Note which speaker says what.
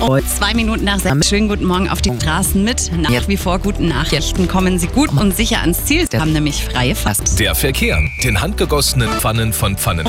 Speaker 1: um zwei Minuten nach sechs. Schönen guten Morgen auf die Straßen mit. Nach wie vor guten Nachrichten. Kommen Sie gut und sicher ans Ziel. Sie haben nämlich freie Fahrt.
Speaker 2: Der Verkehr. Den handgegossenen Pfannen von Pfannen.